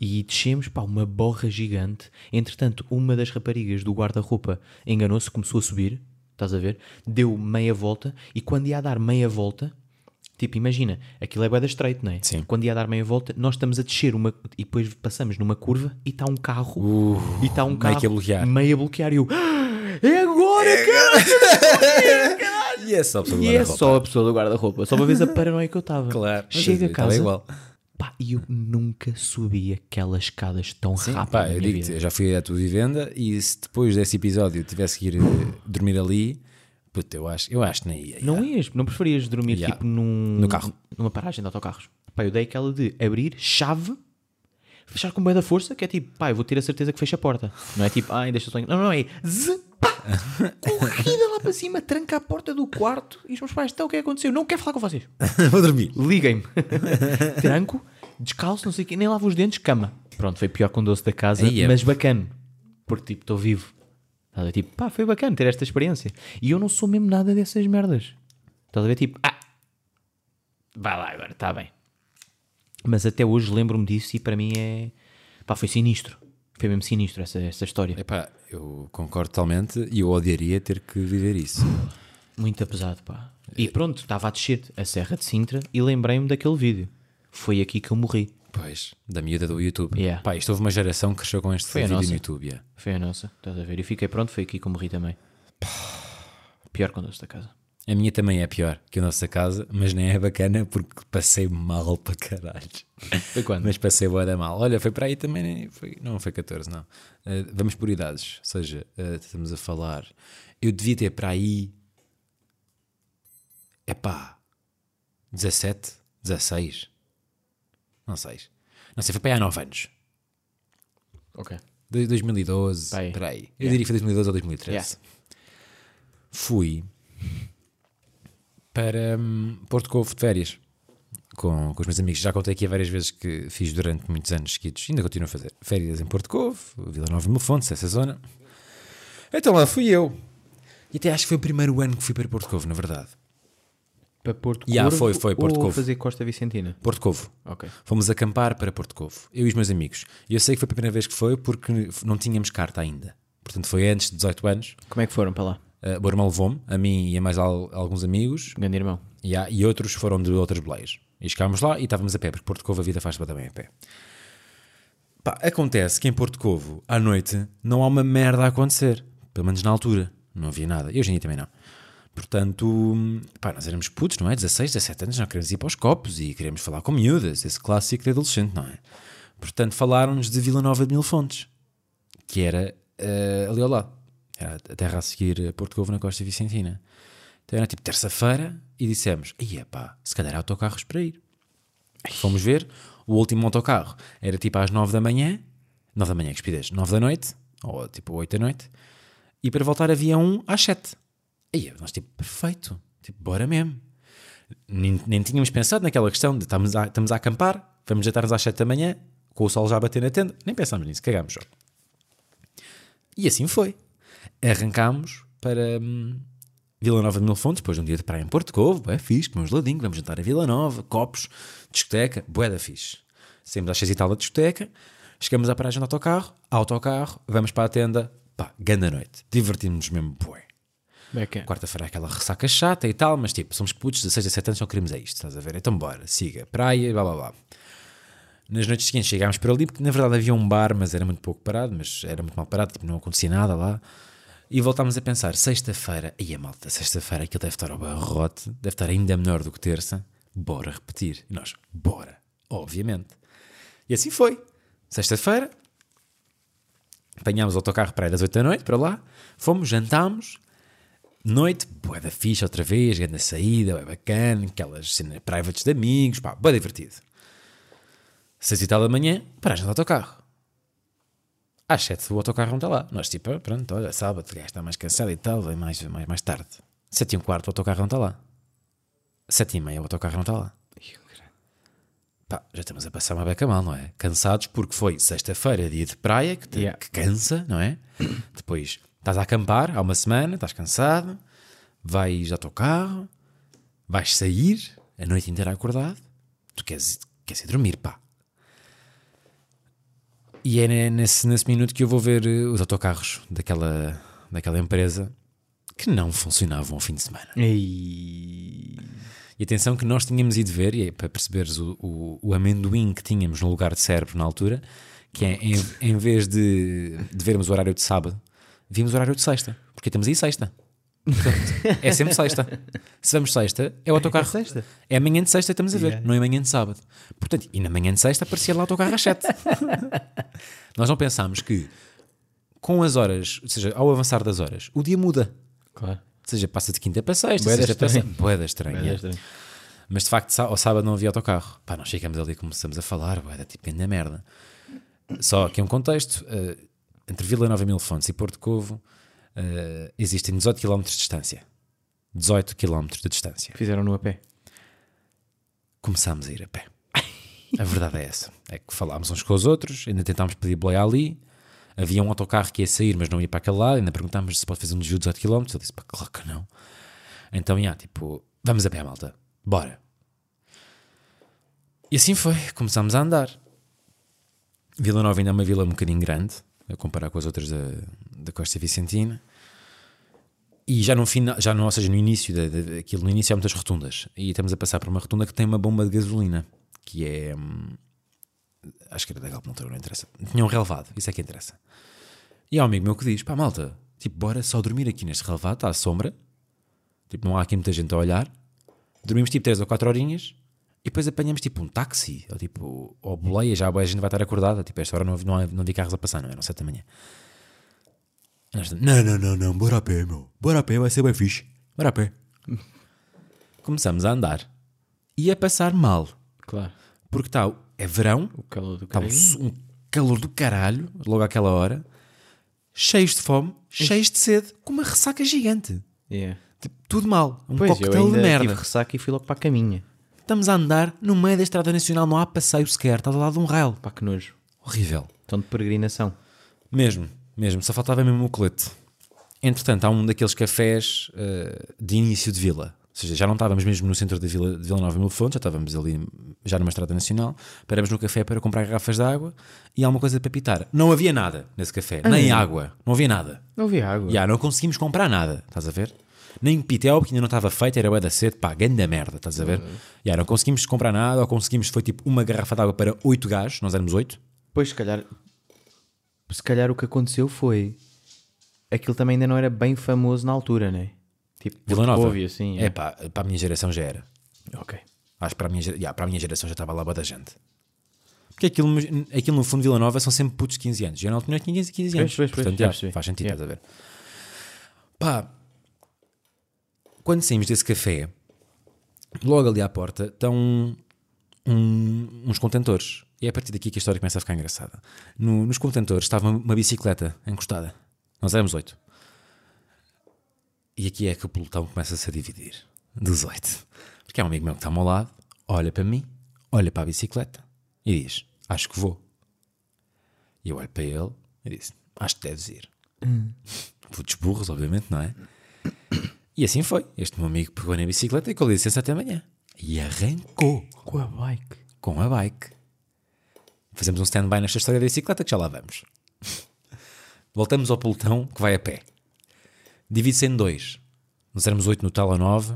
E descemos, pá, uma borra gigante. Entretanto, uma das raparigas do guarda-roupa enganou-se, começou a subir, estás a ver? Deu meia volta e quando ia a dar meia volta, tipo, imagina, aquilo é bué da estreito, não é?
Sim.
Quando ia a dar meia volta, nós estamos a descer uma e depois passamos numa curva e está um carro. e está
Uh,
um
meio
carro.
que a bloquear.
Meio a bloquear e eu. É agora, cara!
E é só para
E é só a pessoa do guarda-roupa, só para ver a paranoia que eu estava.
Claro. Mas
Chega a
eu tava
casa.
igual.
Pá, e eu nunca subi aquelas escadas tão rápido.
Pá,
na
eu
minha
digo-te,
vida.
eu já fui à tua vivenda e se depois desse episódio eu tivesse que ir eh, dormir ali, puto, eu acho, eu acho que nem ia.
Não ias, não preferias dormir
Yeah.
tipo num,
No carro.
numa paragem de autocarros. Pá, eu dei aquela de abrir chave, fechar com bem da força, que é tipo, pá, eu vou ter a certeza que fecha a porta. Não é tipo, ai, deixa só. en- Não, não, é zzz, pá, corrida lá para cima, tranca a porta do quarto e os meus pais, então o que é que aconteceu? Não quero falar com vocês.
Vou dormir.
Liguem-me. Tranco, descalço, não sei o quê, nem lavo os dentes, cama. Pronto, foi pior com o doce da casa,
Aí é-
mas bacana. Porque, tipo, estou vivo. Estás a ver? Tipo, pá, foi bacana ter esta experiência. E eu não sou mesmo nada dessas merdas. Estás a ver? Tipo, ah, vai lá agora, está bem. Mas até hoje lembro-me disso e para mim é. pá, foi sinistro. Foi mesmo sinistro essa, essa história.
Epá, eu concordo totalmente e eu odiaria ter que viver isso.
Muito pesado, pá. E pronto, estava a descer a Serra de Sintra e lembrei-me daquele vídeo. Foi aqui que eu morri.
Pois, da miúda do YouTube.
Yeah.
Pá, isto houve uma geração que cresceu com este
a
vídeo
nossa.
no YouTube. yeah.
Foi a nossa, estás a ver? Eu fiquei pronto, foi aqui que eu morri também. Pior quando doce da casa.
A minha também é pior que a nossa casa, mas nem é bacana porque passei mal para caralho.
Foi quando?
Mas passei boa da mal. Olha, foi para aí também. nem- Foi, não foi 14, não. Eh, vamos por idades. Ou seja, eh, estamos a falar. Eu devia ter para aí. Epá. 17? 16? Não sei. Não sei, foi para aí há 9 anos.
Ok.
De- 2012,
Para aí.
para aí. Eu diria que foi 2012 ou 2013. Fui para hum, Porto Covo de férias com, com os meus amigos. Já contei aqui várias vezes que fiz durante muitos anos seguidos. Ainda continuo a fazer férias em Porto Covo, Vila Nova de Mofontes, essa zona. Então lá fui eu. E até acho que foi o primeiro ano que fui para Porto Covo, na verdade.
Para Porto
Yeah,
Covo
foi, foi, Porto
ou
Covo.
fazer Costa Vicentina?
Porto Covo.
Ok.
Fomos acampar para Porto Covo, eu e os meus amigos. E eu sei que foi a primeira vez que foi porque não tínhamos carta ainda. Portanto, foi antes de 18 anos.
Como é que foram para lá?
Uh, o meu irmão levou-me, a mim e a mais al- alguns amigos,
Um Grande irmão.
e, há- e outros foram de outras boleias. E chegámos lá e estávamos a pé, porque Porto Covo a vida faz também a pé. Pá, acontece que em Porto Covo, à noite, não há uma merda a acontecer. Pelo menos na altura. Não havia nada. E hoje em dia também não. Portanto, hum, pá, nós éramos putos, não é? 16, 17 anos, não queremos ir para os copos e queremos falar com miúdas. Esse clássico de adolescente, não é? Portanto, falaram-nos de Vila Nova de Mil Fontes, que era eh, ali ao lado. Era a terra a seguir a Porto Covo na Costa Vicentina. Então era tipo terça-feira e dissemos: Ia pá, se calhar há autocarros para ir. Fomos ver, o último autocarro era tipo às 9 da manhã, 9 da manhã, que estupidez, 9 da noite, ou tipo 8 da noite, e para voltar havia um às 7. Aí nós tipo, perfeito, tipo, bora mesmo. Nem, nem tínhamos pensado naquela questão de estamos a, estamos a acampar, vamos jantar-nos às 7 da manhã, com o sol já a bater na tenda, nem pensámos nisso, cagámos só. E assim foi. Arrancámos para hum, Vila Nova de Mil Fontes, depois de um dia de praia em Porto Covo, bué fixe, comemos ladinho, vamos jantar a Vila Nova, copos, discoteca, bué da fixe. Saímos às seis e tal da discoteca, chegamos à paragem do autocarro, autocarro, vamos para a tenda, pá, grande noite, divertimos-nos mesmo, bué.
Bacana.
Quarta-feira é aquela ressaca chata e tal, mas tipo, somos putos, 16 a 7 anos, só queremos é isto, estás a ver? Então bora, siga, praia, blá blá blá. Nas noites seguintes chegámos para ali, porque na verdade havia um bar, mas era muito pouco parado, mas era muito mal parado, tipo, não acontecia nada lá. E voltámos a pensar, sexta-feira, e a malta, sexta-feira aquilo deve estar ao barrote, deve estar ainda menor do que terça, bora repetir. E nós, bora, obviamente. E assim foi. Sexta-feira, apanhámos o autocarro para aí das 8 da noite, para lá, fomos, jantámos, Noite, boa da ficha outra vez, grande saída, bué bacana, aquelas cenas privates de amigos, pá, boa divertido. Seis e tal da manhã, paragem de autocarro. Às 7 o autocarro não está lá. Nós tipo, ah, pronto, olha, sábado, o gajo está mais cansado e tal, é mais, mais, mais tarde. 7 e um quarto o autocarro não está lá. 7 e meia o autocarro não está lá.
Ih, caralho.
Pá, já estamos a passar uma beca mal, não é? Cansados porque foi sexta-feira, dia de praia, que, te-
Yeah.
que cansa, não é? Depois estás a acampar há uma semana, estás cansado, vais ao teu carro, vais sair a noite inteira acordado, tu queres, queres ir dormir, pá. E é ne- nesse, nesse minuto que eu vou ver eh, os autocarros daquela, daquela empresa que não funcionavam ao fim de semana.
Ei.
E atenção que nós tínhamos ido ver, e é para perceberes o, o, o amendoim que tínhamos no lugar de cérebro na altura, que é em, em vez de, de vermos o horário de sábado, vimos o horário de sexta, porque temos aí sexta. Portanto, é sempre sexta. Se vamos sexta, é o autocarro.
É sexta.
É amanhã de sexta que estamos a ver,
Yeah.
não é amanhã de sábado. Portanto, e na manhã de sexta aparecia lá o autocarro às sete. Nós não pensámos que com as horas, ou seja, ao avançar das horas, o dia muda.
Claro.
Ou seja, passa de quinta para sexta,
Bué da
sexta para
estranho.
sábado. Boeda estranha.
Mas é estranho.
Mas de facto, sá- ao sábado não havia autocarro. Pá, nós chegamos ali e começamos a falar, ué, era tipo grande merda. Só que é um contexto: eh, entre Vila Nova e Mil Fontes e Porto Covo eh, existem 18 km de distância. 18 km de distância.
Fizeram no a pé.
Começámos a ir a pé. A verdade é essa: é que falámos uns com os outros, ainda tentámos pedir boleia ali. Havia um autocarro que ia sair, mas não ia para aquele lado. Ainda perguntámos se pode fazer um desvio de 18 km. Ele disse: pá, claro que não. Então, já, tipo, vamos a pé, malta. Bora. E assim foi, começámos a andar. Vila Nova ainda é uma vila um bocadinho grande, a comparar com as outras da, da Costa Vicentina. E já no final, já no, ou seja, no início, da, da- daquilo, no início há muitas rotundas. E estamos a passar por uma rotunda que tem uma bomba de gasolina, que é. hum, acho que era da Galp, não, tenho- não interessa. Tinha um relevado, isso é que interessa. E há um amigo meu que diz: pá, malta, tipo, bora só dormir aqui neste relevado, está à sombra, tipo, não há aqui muita gente a olhar. Dormimos tipo 3 ou 4 horinhas e depois apanhamos tipo um táxi, ou tipo, ou boleia, já a boleia, a gente vai estar acordada, tipo, a esta hora não, não, não vi carros a passar, não eram 7 da manhã. E nós, Não, não, não, não, bora a pé, meu, bora a pé, vai ser bem fixe, bora a pé. Começamos a andar e a passar mal,
Claro. Tá
porque está, é verão,
O calor do
Está um,
caralho.
su- um calor do caralho, logo àquela hora, cheios de fome, cheios de sede, com uma ressaca gigante.
Yeah.
Tipo, tudo mal, um
Pois, eu
coquetel de
ainda
merda.
tive ressaca e fui logo para a caminha.
Estamos a andar no meio da Estrada Nacional, não há passeio sequer, está do lado de um rail.
Pá, que nojo.
Horrível.
Estão de peregrinação.
Mesmo, mesmo, só faltava mesmo o colete. Entretanto, há um daqueles cafés eh, de início de vila. Ou seja, já não estávamos mesmo no centro da Vila, de Vila Nova Mil Fontes, já estávamos ali, já numa estrada nacional. Paramos no café para comprar garrafas de água e há uma coisa para pitar. Não havia nada nesse café, nem água, não havia nada.
Não vi água.
Já, não conseguimos comprar nada, estás a ver? Nem pitel, porque ainda não estava feito, era bué da cedo, pá, ganda merda, estás a ver? Já, não conseguimos comprar nada, ou conseguimos, foi tipo uma garrafa de água para oito gajos, nós éramos oito.
Pois, se calhar. Se calhar o que aconteceu foi. Aquilo também ainda não era bem famoso na altura, né? Tipo,
Vila Nova.
Ouve, assim. é.
é pá, para a minha geração já era.
Ok.
Acho que para a minha, gera- yeah, para a minha geração já estava lá bué da gente. Porque aquilo, aquilo no fundo de Vila Nova são sempre putos de 15 anos. Eu na altura tinha 15, 15 anos.
Pois, pois, pois,
Portanto,
já
já,
percebi.
faz sentido,
Yeah.
estás a ver? Pá, quando saímos desse café, logo ali à porta estão um- uns contentores. E é a partir daqui que a história começa a ficar engraçada. No- nos contentores estava uma bicicleta encostada. Nós éramos oito. E aqui é que o pelotão começa-se a dividir. 18. Porque é um amigo meu que está ao meu lado, olha para mim, olha para a bicicleta e diz: Acho que vou. E eu olho para ele e disse: Acho que deves ir.
Hum.
Putos burros, obviamente, não é? E assim foi. Este meu amigo pegou na bicicleta e com licença até amanhã. E arrancou
Com a bike.
com a bike. Fazemos um stand-by nesta história da bicicleta que já lá vamos. Voltamos ao pelotão que vai a pé. Divide-se em dois. Nós éramos oito no tal ou nove.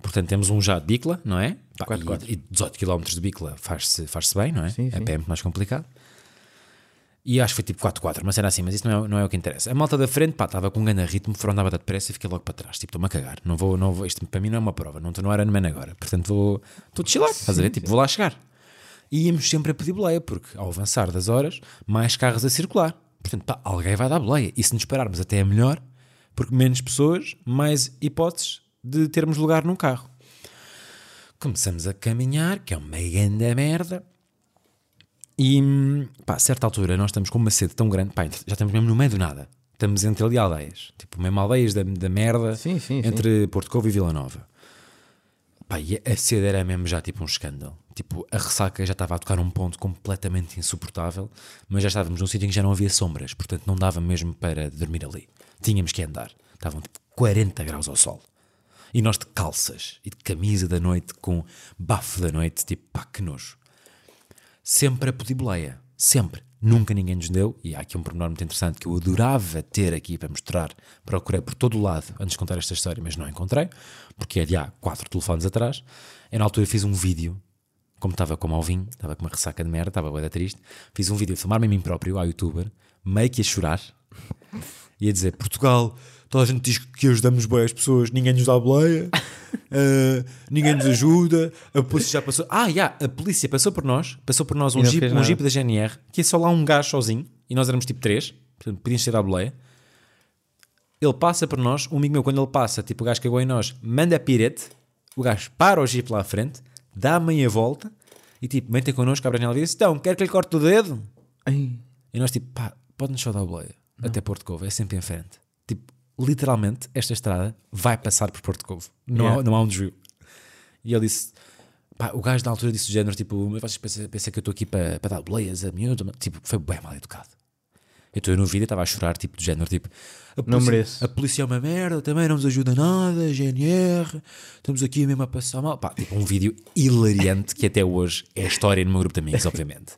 Portanto, temos um já de bicla, não é? Pá,
Quatro,
e,
quatro.
e 18 km de bicla faz-se faz bem, não é?
Sim,
A
sim.
pé é muito mais complicado. E acho que foi tipo 4-4, mas era assim, mas isso não é, não é o que interessa. A malta da frente, pá, estava com um grande ritmo, foram andava depressa e fiquei logo para trás. Tipo, estou-me a cagar, não vou, não vou, isto para mim não é uma prova, não estou no Ironman agora, portanto vou, estou de chilar, estás a ver? Tipo, vou lá chegar. E íamos sempre a pedir boleia, porque ao avançar das horas, mais carros a circular. Portanto, pá, alguém vai dar boleia. E se nos pararmos até é melhor, porque menos pessoas, mais hipóteses de termos lugar num carro. Começamos a caminhar, que é uma grande merda. E, pá, a certa altura, nós estamos com uma sede tão grande, pá, já estamos mesmo no meio do nada. Estamos entre ali aldeias, tipo, mesmo aldeias da, da merda,
Sim, sim, sim.
entre Porto Covo e Vila Nova. Pá, e a sede era mesmo já tipo um escândalo. Tipo, a ressaca já estava a tocar um ponto completamente insuportável, mas já estávamos num sítio em que já não havia sombras, portanto não dava mesmo para dormir ali. Tínhamos que andar. Estavam tipo 40 graus ao sol. E nós de calças e de camisa da noite, com bafo da noite, tipo, pá, que nojo sempre a podiboleia. Sempre. Nunca ninguém nos deu, e há aqui um pormenor muito interessante que eu adorava ter aqui para mostrar. Procurei por todo o lado antes de contar esta história, mas não encontrei, porque é de há quatro telefones atrás. Eu, na altura, fiz um vídeo, como estava com mau vinho, estava com uma ressaca de merda, estava bué da triste. Fiz um vídeo a filmar-me a mim próprio, à youtuber, meio que a chorar, e a dizer: Portugal, toda a gente diz que ajudamos bem as pessoas, ninguém nos dá boleia, eh, ninguém nos ajuda, a polícia já passou. Ah, já, a polícia passou por nós, passou por nós um
não
jeep,
fez
um
nada.
jeep da GNR, que ia só lá um gajo sozinho, e nós éramos tipo três, portanto, podíamos ter a boleia. Ele passa por nós, um amigo meu, quando ele passa, tipo o gajo cagou em nós, manda pirete, o gajo para o jeep lá à frente, dá a meia volta e tipo, mentem connosco, abre a janela e diz: Então, quer que lhe corte o dedo?
Ai,
E nós, tipo, pá, pode-nos só dar o boleia até Porto Covo, é sempre em frente. Tipo, literalmente, esta estrada vai passar por Porto Covo. Não, há,
Yeah.
não há um desvio. E ele disse, pá, o gajo na altura disse o género, tipo, mas vocês pensam, pensam que eu estou aqui para para dar boleias a miúdo? Tipo, foi bem mal educado. Eu estou no vídeo, estava a chorar, tipo, do género, tipo, a polícia,
mereço.
A polícia é uma merda, também não nos ajuda nada, GNR, estamos aqui mesmo a passar mal. Pá, tipo, um vídeo hilariante que até hoje é história no meu grupo de amigos, obviamente.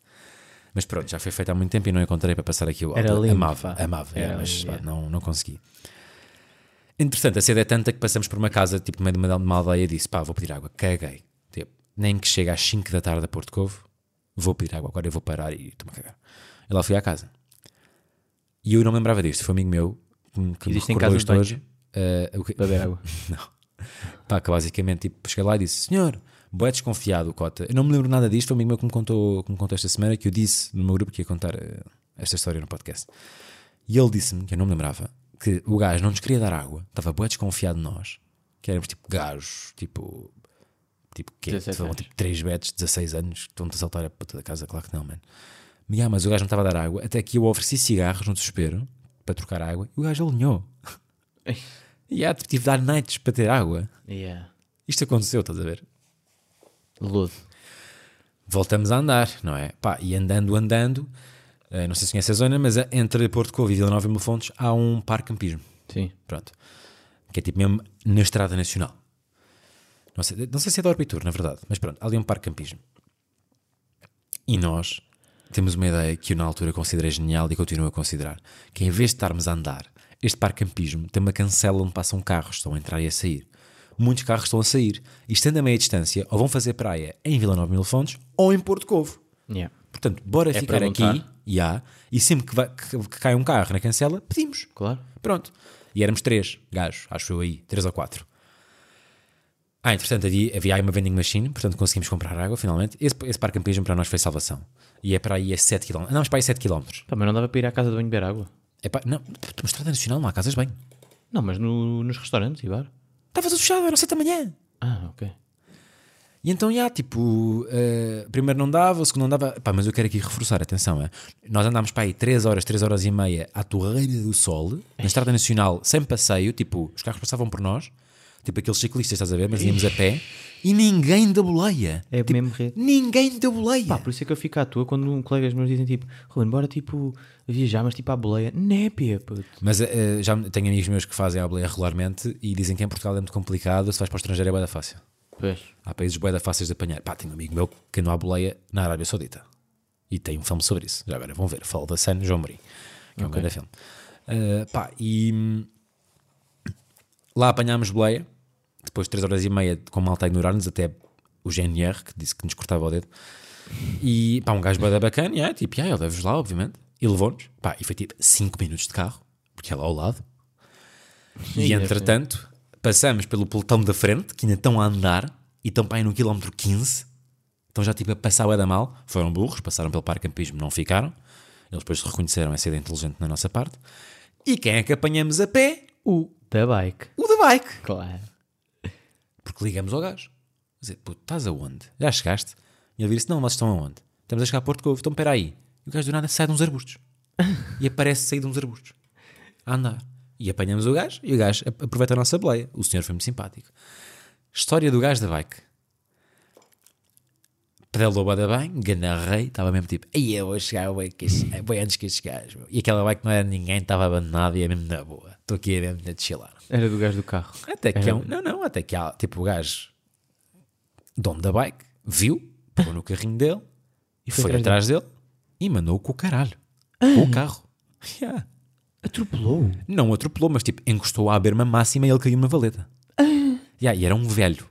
Mas pronto, já foi feito há muito tempo e não encontrei para passar aqui o
Era
áudio.
lindo,
Amava,
pá.
amava,
Era
é, mas
lindo,
pá,
é.
não, não consegui. Entretanto, a sede é tanta que passamos por uma casa, tipo, no meio de uma, de uma aldeia, e disse: pá, vou pedir água, caguei. Tipo, nem que chegue às 5 da tarde a Porto Covo, vou pedir água, agora eu vou parar e estou-me a cagar. E lá fui à casa. E eu não me lembrava disto, foi um amigo meu que me- que me
Existem
recordou
casas
isto
de
hoje. Ah, o quê?
beber água.
Pá, que basicamente tipo, cheguei lá e disse: Senhor, boé desconfiado, Cota. Eu não me lembro nada disto, foi um amigo meu que me contou, que me contou esta semana que eu disse no meu grupo que ia contar eh, esta história no podcast. E ele disse-me, que eu não me lembrava, que o gajo não nos queria dar água, estava boé desconfiado de nós, que éramos tipo gajos, tipo. Tipo, que
17
são
anos.
tipo 3 betes, 16 anos, que estão-te a saltar a puta da casa, claro que não, mano. Mas, ah, mas o gajo não estava a dar água, até que eu ofereci cigarros no desespero para trocar água e o gajo alinhou. e ah, tipo, tive de dar nights para ter água.
Yeah.
Isto aconteceu, estás a ver?
Ludo.
Voltamos a andar, não é? Pá, e andando, andando, eh, não sei se conhece a zona, mas eh, entre Porto Covo e Vila Nova e Mil Fontes há um parque campismo,
Sim.
pronto, que é tipo mesmo na Estrada Nacional. Não sei, não sei se é da Orbitur, na verdade, mas pronto, há ali um parque campismo. E nós temos uma ideia que eu na altura considerei genial e continuo a considerar, que é, em vez de estarmos a andar, este parque campismo tem uma cancela onde passam carros, estão a entrar e a sair. Muitos carros estão a sair e estando a meia distância ou vão fazer praia em Vila Nova de Mil Fontes ou em Porto Covo.
Yeah.
Portanto, bora ficar
perguntar.
aqui e há, e sempre que, vai, que, que cai um carro na cancela, pedimos.
Claro.
Pronto. E éramos três gajos, acho eu aí, três ou quatro. Ah, entretanto, havia, havia aí uma vending machine, portanto conseguimos comprar água finalmente. Esse, esse parque campismo para nós foi salvação. E é para aí a 7 km. Não, mas para aí 7 km.
Pá, mas não dava para ir à casa de banho beber água.
É para, não, na Estrada Nacional não há casas bem.
Não, mas no- nos restaurantes e bar.
Estava tudo fechado, era 7 da manhã.
Ah, ok.
E então, já, tipo, eh, primeiro não dava, o segundo não dava. Pá, mas eu quero aqui reforçar, atenção, é? Nós andámos para aí 3 horas, 3 horas e meia à Torreira do Sol, na Estrada Nacional, sem passeio, tipo, os carros passavam por nós, tipo aqueles ciclistas, estás a ver, mas íamos a pé, e ninguém da boleia.
É
tipo,
mesmo re-
Ninguém da boleia.
Pá, por isso é que eu fico à toa quando um colegas meus dizem tipo, Ruben, bora tipo viajar, mas tipo à boleia. Népia, puto.
Mas eh, já tenho amigos meus que fazem a boleia regularmente e dizem que em Portugal é muito complicado, se vais para o estrangeiro é bué da fácil.
Pois.
Há países bué da fáceis de apanhar. Pá, tenho um amigo meu que não há boleia na Arábia Saudita. E tem um filme sobre isso. Já agora vão ver. Falo da San João Marim, que é um grande filme. Ah, pá, e hum, lá apanhámos boleia. Depois de 3 horas e meia, com malta a ignorar-nos, até o GNR, que disse que nos cortava o dedo. E pá, um gajo bué da bacana, e é, tipo, yeah, eu levo-vos lá, obviamente. E levou-nos. Pá, e foi tipo 5 minutos de carro, porque é lá ao lado. E
Sim,
entretanto, passamos pelo pelotão da frente, que ainda estão a andar, e estão para aí no quilómetro 15, estão já tipo a passar o da mal. Foram burros, passaram pelo parque campismo, não ficaram. Eles depois reconheceram essa ideia inteligente na nossa parte. E quem é que apanhamos a pé?
O da bike.
O da bike.
Claro.
Porque ligamos ao gajo. Quer dizer, puto, estás aonde? Já chegaste? E ele disse: Não, mas estão aonde? Estamos a chegar a Porto Covo, então espera aí. E o gajo do nada sai de uns arbustos. e aparece sair de uns arbustos. A andar. E apanhamos o gajo e o gajo ap- aproveita a nossa boleia. O senhor foi muito simpático. História do gajo da bike. Pedalou bué da bem, ganarrei, estava mesmo tipo, aí eu vou chegar bem, que este- bem antes que estes gajos. meu." E aquela bike não era de ninguém, estava abandonada e é mesmo na boa. Estou aqui mesmo a deschilar.
Era do gajo do carro.
Até que é um, não, não, até que há, tipo, o gajo, dono da bike, viu, pegou no carrinho dele, e foi, atrás dele. Ah. e mandou-o com o caralho, com o carro. Yeah.
Atropelou.
Não o atropelou, mas tipo, encostou à berma máxima e ele caiu numa valeta. Yeah, e era um velho,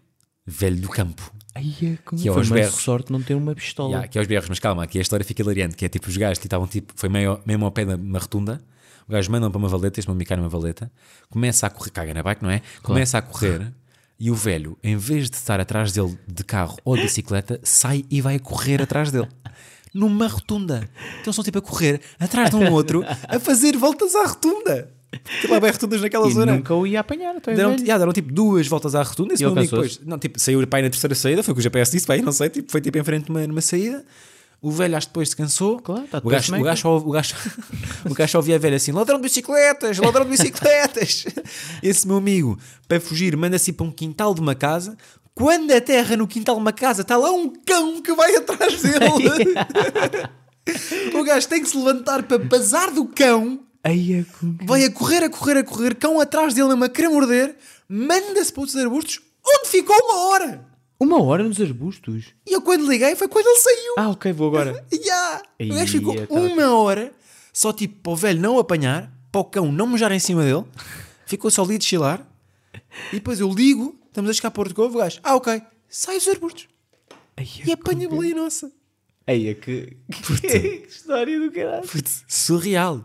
velho do campo.
Aí, como
Que é
foi
aos
uma
berros.
sorte não ter uma pistola.
Yeah, que é os berros, mas calma, aqui a história fica hilariante, que é tipo, os gajos que estavam tipo, foi meio, mesmo ao pé na, na rotunda, os gajos mandam para uma valeta, este mamicá numa valeta, começa a correr, caga na bike, não é? Começa a correr e o velho, em vez de estar atrás dele de carro ou de bicicleta, sai e vai correr atrás dele. Numa rotunda. Então são tipo a correr atrás de um outro, a fazer voltas à rotunda. Porque lá vai rotundas naquela
E
zona.
nunca o ia apanhar, tu é
Deram,
velho.
yeah, deram tipo duas voltas à rotunda e esse
E
meu amigo
alcançou-se?
depois. Não, tipo, saiu o pai na terceira saída, foi o que o GPS disse, pai, não sei, tipo, foi tipo em frente numa, numa saída. O velho acho que depois se cansou.
Claro, tá de
o, gajo, o,
pacemaker.
gajo, só- o, gajo, o gajo só ouvia a velha assim: ladrão de bicicletas, ladrão de bicicletas. Esse meu amigo, para fugir, manda-se ir para um quintal de uma casa. Quando aterra no quintal de uma casa, está lá um cão que vai atrás dele. o gajo tem que se levantar para bazar do cão.
Aí, é como...
Vai a correr, a correr, a correr, cão atrás dele, mesmo a querer morder, manda-se para outros arbustos, onde ficou uma hora.
Uma hora nos arbustos.
E eu quando liguei foi quando ele saiu.
Ah, ok, vou agora.
Ya!
Aí,
O gajo ficou
eu tava-
uma hora, só tipo para o velho não apanhar, para o cão não mojar em cima dele, ficou só ali a chilar. E depois eu ligo, estamos a chegar para Porto Covo, o gajo, ah ok, sai dos arbustos
Aí,
e apanha a boleia nossa.
é que... que história do caralho.
Putz, surreal.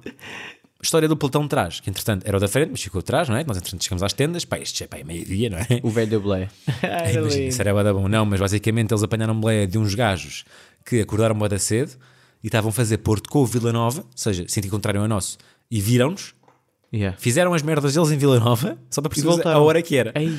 A História do pelotão de trás, que entretanto era o da frente, mas ficou de trás, não é? Nós entretanto chegamos às tendas, pá, este já pá, é meio-dia, não é?
O velho da boleia. Ai,
Imagina, isso era bué da bom. Não, mas basicamente eles apanharam boleia de uns gajos que acordaram bué da cedo e estavam a fazer Porto Covo, Vila Nova, ou seja, sentido contrário ao nosso, e viram-nos,
Yeah.
fizeram as merdas deles em Vila Nova, só para perceber a
voltaram.
hora que era.
Ei,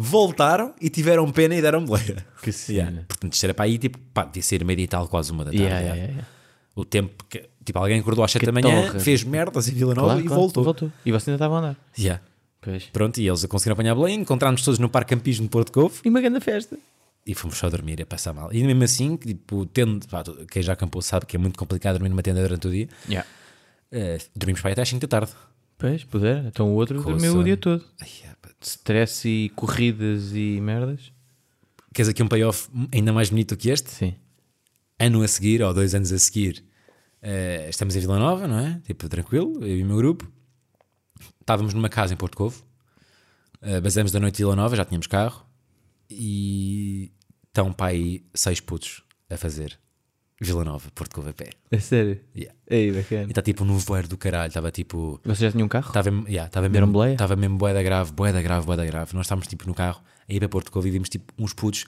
Voltaram e tiveram pena e deram boleia.
que
Yeah.
cena.
Portanto, isto era para aí, tipo, pá, devia ser meio e tal, quase uma da tarde.
Yeah,
yeah.
yeah, yeah.
O tempo que, tipo, alguém acordou às 7 da
Que
manhã,
torre.
fez merdas em Vila Nova
Claro,
e
claro,
voltou.
Oh, E você ainda estava a andar.
Yeah.
Pois.
Pronto, e eles conseguiram apanhar a boleia, encontramos todos no Parque Campismo de Porto Covo.
E uma grande festa.
e fomos só dormir a passar mal. E mesmo assim, tipo, tendo, pá, tu- quem já acampou sabe que é muito complicado dormir numa tenda durante o dia. Eh, dormimos para aí até às 5 da tarde.
Pois, puder. Então o outro
Com
dormiu
sono.
o dia todo.
Ai, é, pá, tu-
Stress e corridas e merdas.
Queres aqui um payoff ainda mais bonito que este?
Sim.
Ano a seguir, ou dois anos a seguir, eh, estamos em Vila Nova, não é? Tipo, tranquilo, eu e o meu grupo. Estávamos numa casa em Porto Covo. Eh, basamos da noite em Vila Nova, já tínhamos carro. E estão para aí seis putos a fazer Vila Nova, Porto Covo a pé.
A É sério.
Yeah.
Aí,
E
bacana.
está tipo num voeiro do caralho, estava tipo.
Você já tinha um carro?
Estava yeah, estava
Deram
mesmo,
boleia?
estava mesmo boeda grave, boeda grave, boeda grave. Nós estávamos tipo no carro, aí para Porto Covo e vimos tipo uns putos.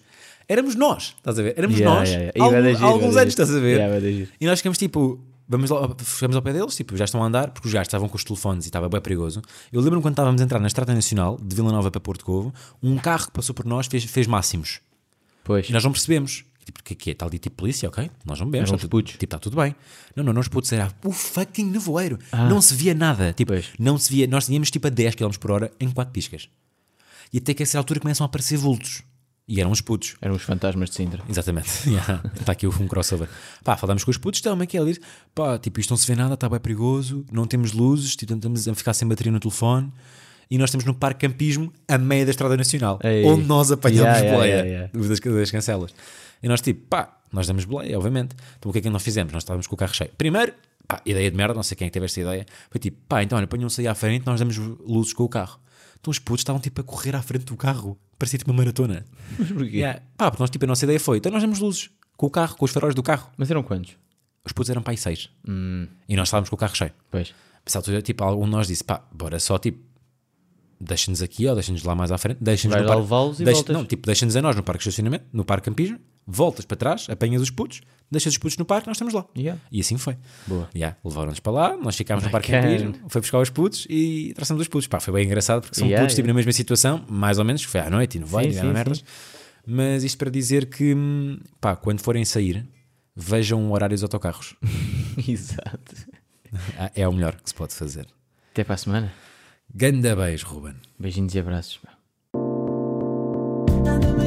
Éramos nós, estás a ver? Éramos
Yeah,
nós,
yeah, yeah.
há
Ih, vai dar
algum-
giro,
há alguns
vai dar
anos,
giro.
estás a ver?
Yeah, vai dar giro.
E nós ficamos tipo, vamos lá, chegamos ao pé deles, tipo, já estão a andar, porque os gajos estavam com os telefones e estava bem perigoso. Eu lembro-me quando estávamos a entrar na Estrada Nacional, de Vila Nova para Porto Covo, um carro que passou por nós fez, fez máximos.
Pois.
E nós não percebemos. Tipo, o que é que é? Está ali tipo polícia, ok? Nós não bebemos.
Eram
está tudo-
os putos.
Tipo, está tudo bem. Não, não, não os putos. Era o fucking nevoeiro. Não se via nada. Tipo,
Ah. Pois.
não se via. Nós tínhamos tipo a 10 km por hora em 4 piscas. E até que a essa altura começam a aparecer vultos. E eram os putos.
Eram os fantasmas de Sintra.
Exatamente. Yeah. Está aqui um crossover. Pá, falámos com os putos, tá, é estão aqui a ler. Pá, tipo, isto não se vê nada, está bem perigoso, não temos luzes, tipo, estamos a ficar sem bateria no telefone. E nós estamos no Parque Campismo, a meio da Estrada Nacional,
Ei.
onde nós apanhamos
Yeah, yeah,
boleia
yeah,
Das, das cancelas. E nós, tipo, pá, nós damos boleia, obviamente. Então o que é que nós fizemos? Nós estávamos com o carro cheio. Primeiro, pá, ideia de merda, não sei quem é que teve esta ideia. Foi tipo, pá, então olha, ponham-se aí à frente, nós damos luzes com o carro. Então os putos estavam tipo a correr à frente do carro, parecia tipo uma maratona.
Mas porquê?
Yeah. Pá, porque nós, tipo, a nossa ideia foi: então nós damos luzes com o carro, com os faróis do carro.
Mas eram quantos?
Os putos eram para aí seis. E nós estávamos com o carro cheio.
Pois.
Mas, à altura, tipo, algum de nós disse: pá, bora só, tipo, deixa-nos aqui ou deixa-nos lá mais à frente. Deixa-nos
Vai
no
lá
parque-
levá-los e
deixa-
voltas.
Não, tipo, deixa-nos a nós no parque de estacionamento, no parque campismo, voltas para trás, apanhas os putos, deixas os putos no parque, nós estamos lá.
Yeah.
E assim foi.
Boa.
Yeah, Levaram-nos para lá, nós ficámos no parque
Bacana.
campismo, foi buscar os putos e traçamos os putos. Pá, foi bem engraçado porque são
Yeah,
putos, tipo, na mesma situação, mais ou menos, foi à noite e no vai,
Sim,
e eram
sim,
merdas. Mas isto para dizer que, hum, pá, quando forem sair, vejam horários de autocarros.
Exato.
é o melhor que se pode fazer.
Até para a semana.
Ganda beijo, Ruben.
Beijinhos e abraços. meu.
I'm